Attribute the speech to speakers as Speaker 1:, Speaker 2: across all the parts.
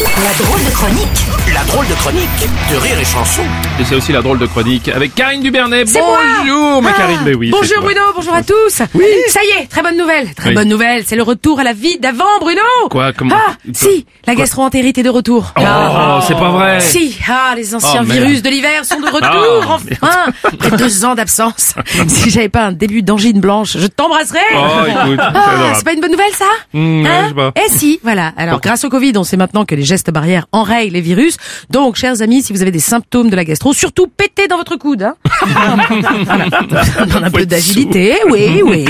Speaker 1: La drôle de chronique
Speaker 2: La drôle de chronique de Rire et Chanson.
Speaker 3: Et c'est aussi la drôle de chronique avec Karine Dubernet.
Speaker 4: C'est moi
Speaker 3: Bonjour, ma
Speaker 4: Ah.
Speaker 3: Karine. Mais oui, c'est
Speaker 4: Bonjour
Speaker 3: toi.
Speaker 4: Bruno, bonjour à tous. Oui. Ça y est, très bonne nouvelle. Très
Speaker 3: Oui.
Speaker 4: bonne nouvelle, c'est le retour à la vie d'avant Bruno.
Speaker 3: Quoi, comment-
Speaker 4: Ah,
Speaker 3: Quoi
Speaker 4: si, la gastro-entérite est de retour. Ah,
Speaker 3: Oh, c'est pas vrai.
Speaker 4: Si, ah, les anciens
Speaker 3: Oh, merde.
Speaker 4: virus de l'hiver sont de
Speaker 3: Ah,
Speaker 4: retour, enfin Après deux ans d'absence, si j'avais pas un début d'angine blanche, je t'embrasserais
Speaker 3: Oh, écoute,
Speaker 4: Ah,
Speaker 3: c'est adorable.
Speaker 4: c'est pas une bonne nouvelle ça
Speaker 3: Hmm, ouais, je sais pas.
Speaker 4: Eh si, voilà. Alors grâce au Covid, on sait maintenant que les gestes barrières enrayent les virus. Donc, chers amis, si vous avez des symptômes de la gastro, surtout pétez dans votre coude. Hein. Voilà. Ça demande un
Speaker 3: Faut
Speaker 4: peu
Speaker 3: être
Speaker 4: d'agilité, oui, oui.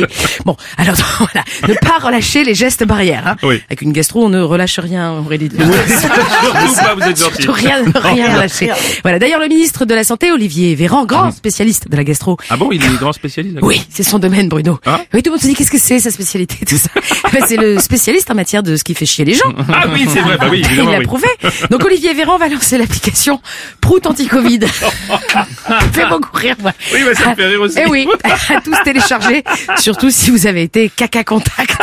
Speaker 4: Bon, alors voilà, ne pas relâcher les gestes barrières. hein.
Speaker 3: Oui.
Speaker 4: Avec une gastro, on ne relâche rien, Aurélie.
Speaker 3: Surtout pas, vous êtes gentil.
Speaker 4: Surtout rien, rien relâcher. Voilà. D'ailleurs, le ministre de la Santé, Olivier Véran, grand spécialiste de la gastro,
Speaker 3: Ah bon, il est grand spécialiste d'accord.
Speaker 4: oui, c'est son domaine, Bruno.
Speaker 3: Ah.
Speaker 4: Oui, tout le monde se dit qu'est-ce que c'est sa spécialité, tout ça. Ben, c'est le spécialiste en matière de ce qui fait chier les gens.
Speaker 3: Ah oui, c'est vrai, bah oui,
Speaker 4: Il
Speaker 3: évidemment.
Speaker 4: l'a
Speaker 3: oui.
Speaker 4: prouvé. Donc Olivier Véran va lancer l'application Prout anti-Covid. Ça me fait beaucoup rire, moi.
Speaker 3: Oui, bah, ça me fait rire aussi.
Speaker 4: Eh oui, à tous télécharger, surtout si vous avez été caca contact.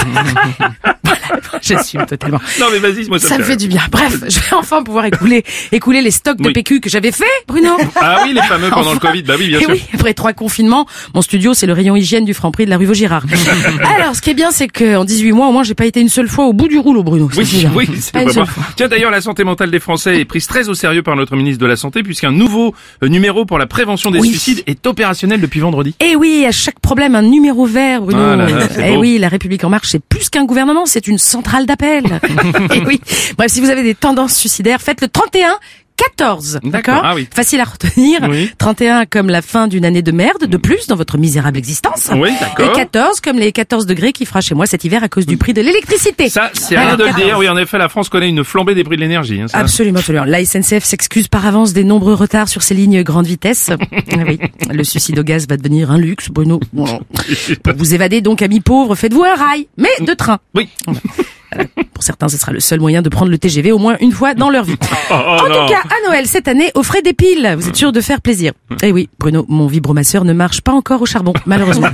Speaker 4: Voilà, j'assume totalement.
Speaker 3: Non, mais vas-y, moi, ça,
Speaker 4: Ça me fait
Speaker 3: rire.
Speaker 4: du bien. Bref, je vais enfin pouvoir écouler, écouler les stocks de
Speaker 3: Oui.
Speaker 4: PQ que j'avais fait, Bruno.
Speaker 3: Ah oui, les fameux pendant le
Speaker 4: Enfin.
Speaker 3: Covid. Bah oui, bien
Speaker 4: Et
Speaker 3: sûr.
Speaker 4: oui, après trois confinements, mon studio, c'est le rayon hygiène du Franprix de la rue Vaugirard. Alors, ce qui est bien, c'est qu'en 18 mois, au moins, j'ai pas été une seule fois au bout du rouleau, Bruno. C'est Ah,
Speaker 3: Oui,
Speaker 4: déjà.
Speaker 3: oui, c'est
Speaker 4: Pas une
Speaker 3: pas
Speaker 4: seule
Speaker 3: moi. Tiens, d'ailleurs, la santé mentale des Français est prise très au sérieux par notre ministre de la Santé puisqu'un nouveau euh, numéro pour la prévention des
Speaker 4: Oui.
Speaker 3: suicides est opérationnel depuis vendredi.
Speaker 4: Eh oui, à chaque problème, un numéro vert, Bruno.
Speaker 3: Ah là là, c'est
Speaker 4: eh
Speaker 3: beau.
Speaker 4: oui, la République en marche, c'est plus qu'un gouvernement, c'est une centrale d'appel. eh oui. Bref, si vous avez des tendances suicidaires, faites le 31. 14,
Speaker 3: D'accord,
Speaker 4: d'accord
Speaker 3: ah oui.
Speaker 4: Facile à retenir.
Speaker 3: Oui. Mm.
Speaker 4: 31 comme la fin d'une année de merde, de plus, dans votre misérable existence.
Speaker 3: Oui,
Speaker 4: Et
Speaker 3: d'accord.
Speaker 4: 14 comme les 14 degrés qui fera chez moi cet hiver à cause du prix de l'électricité.
Speaker 3: Ça, c'est rien de le dire. Oui, en effet, la France connaît une flambée des prix de l'énergie. hein, ça.
Speaker 4: Absolument, absolument. La SNCF s'excuse par avance des nombreux retards sur ses lignes grande vitesse. Ah oui, le suicide au gaz va devenir un luxe, Bruno. Pour vous évader donc, amis pauvres, faites-vous un rail, mais de train.
Speaker 3: Oui.
Speaker 4: Pour certains, ce sera le seul moyen de prendre le TGV au moins une fois dans leur vie.
Speaker 3: Oh, oh,
Speaker 4: en
Speaker 3: non. Mm.
Speaker 4: tout cas, à Noël cette année, offrez des piles. Vous êtes sûr de faire plaisir. Eh oui, Bruno, mon vibromasseur ne marche pas encore au charbon, malheureusement.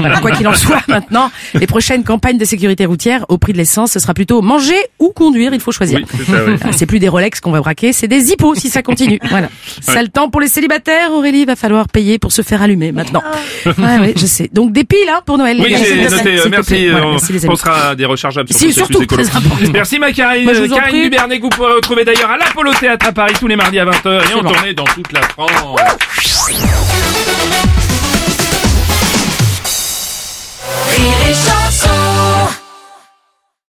Speaker 4: Voilà, Quoi qu'il en soit, maintenant, les prochaines campagnes de sécurité routière, au prix de l'essence, ce sera plutôt manger ou conduire. Il faut choisir.
Speaker 3: Oui, c'est ça, oui.
Speaker 4: Ah, C'est plus des Rolex qu'on va braquer, c'est des hippos si ça continue. Voilà. Sale temps pour les célibataires, Aurélie, va falloir payer pour se faire allumer maintenant. Ouais, ouais, je sais. Donc des piles hein, pour Noël. les
Speaker 3: Oui,
Speaker 4: gars.
Speaker 3: j'ai
Speaker 4: S'il te
Speaker 3: noté.
Speaker 4: plaît.
Speaker 3: euh, Merci.
Speaker 4: Voilà,
Speaker 3: euh,
Speaker 4: merci, les
Speaker 3: On
Speaker 4: amis.
Speaker 3: pensera à des rechargeables sur
Speaker 4: Si,
Speaker 3: ce sujet
Speaker 4: surtout,
Speaker 3: écolo.
Speaker 4: très important.
Speaker 3: Merci, ma Karine.
Speaker 4: Moi, je vous en
Speaker 3: Karine
Speaker 4: prie.
Speaker 3: Dubernet, que vous pourrez retrouver d'ailleurs à l'Apollo Théâtre à Paris tous les mardis à 20h et en tournée dans toute la France.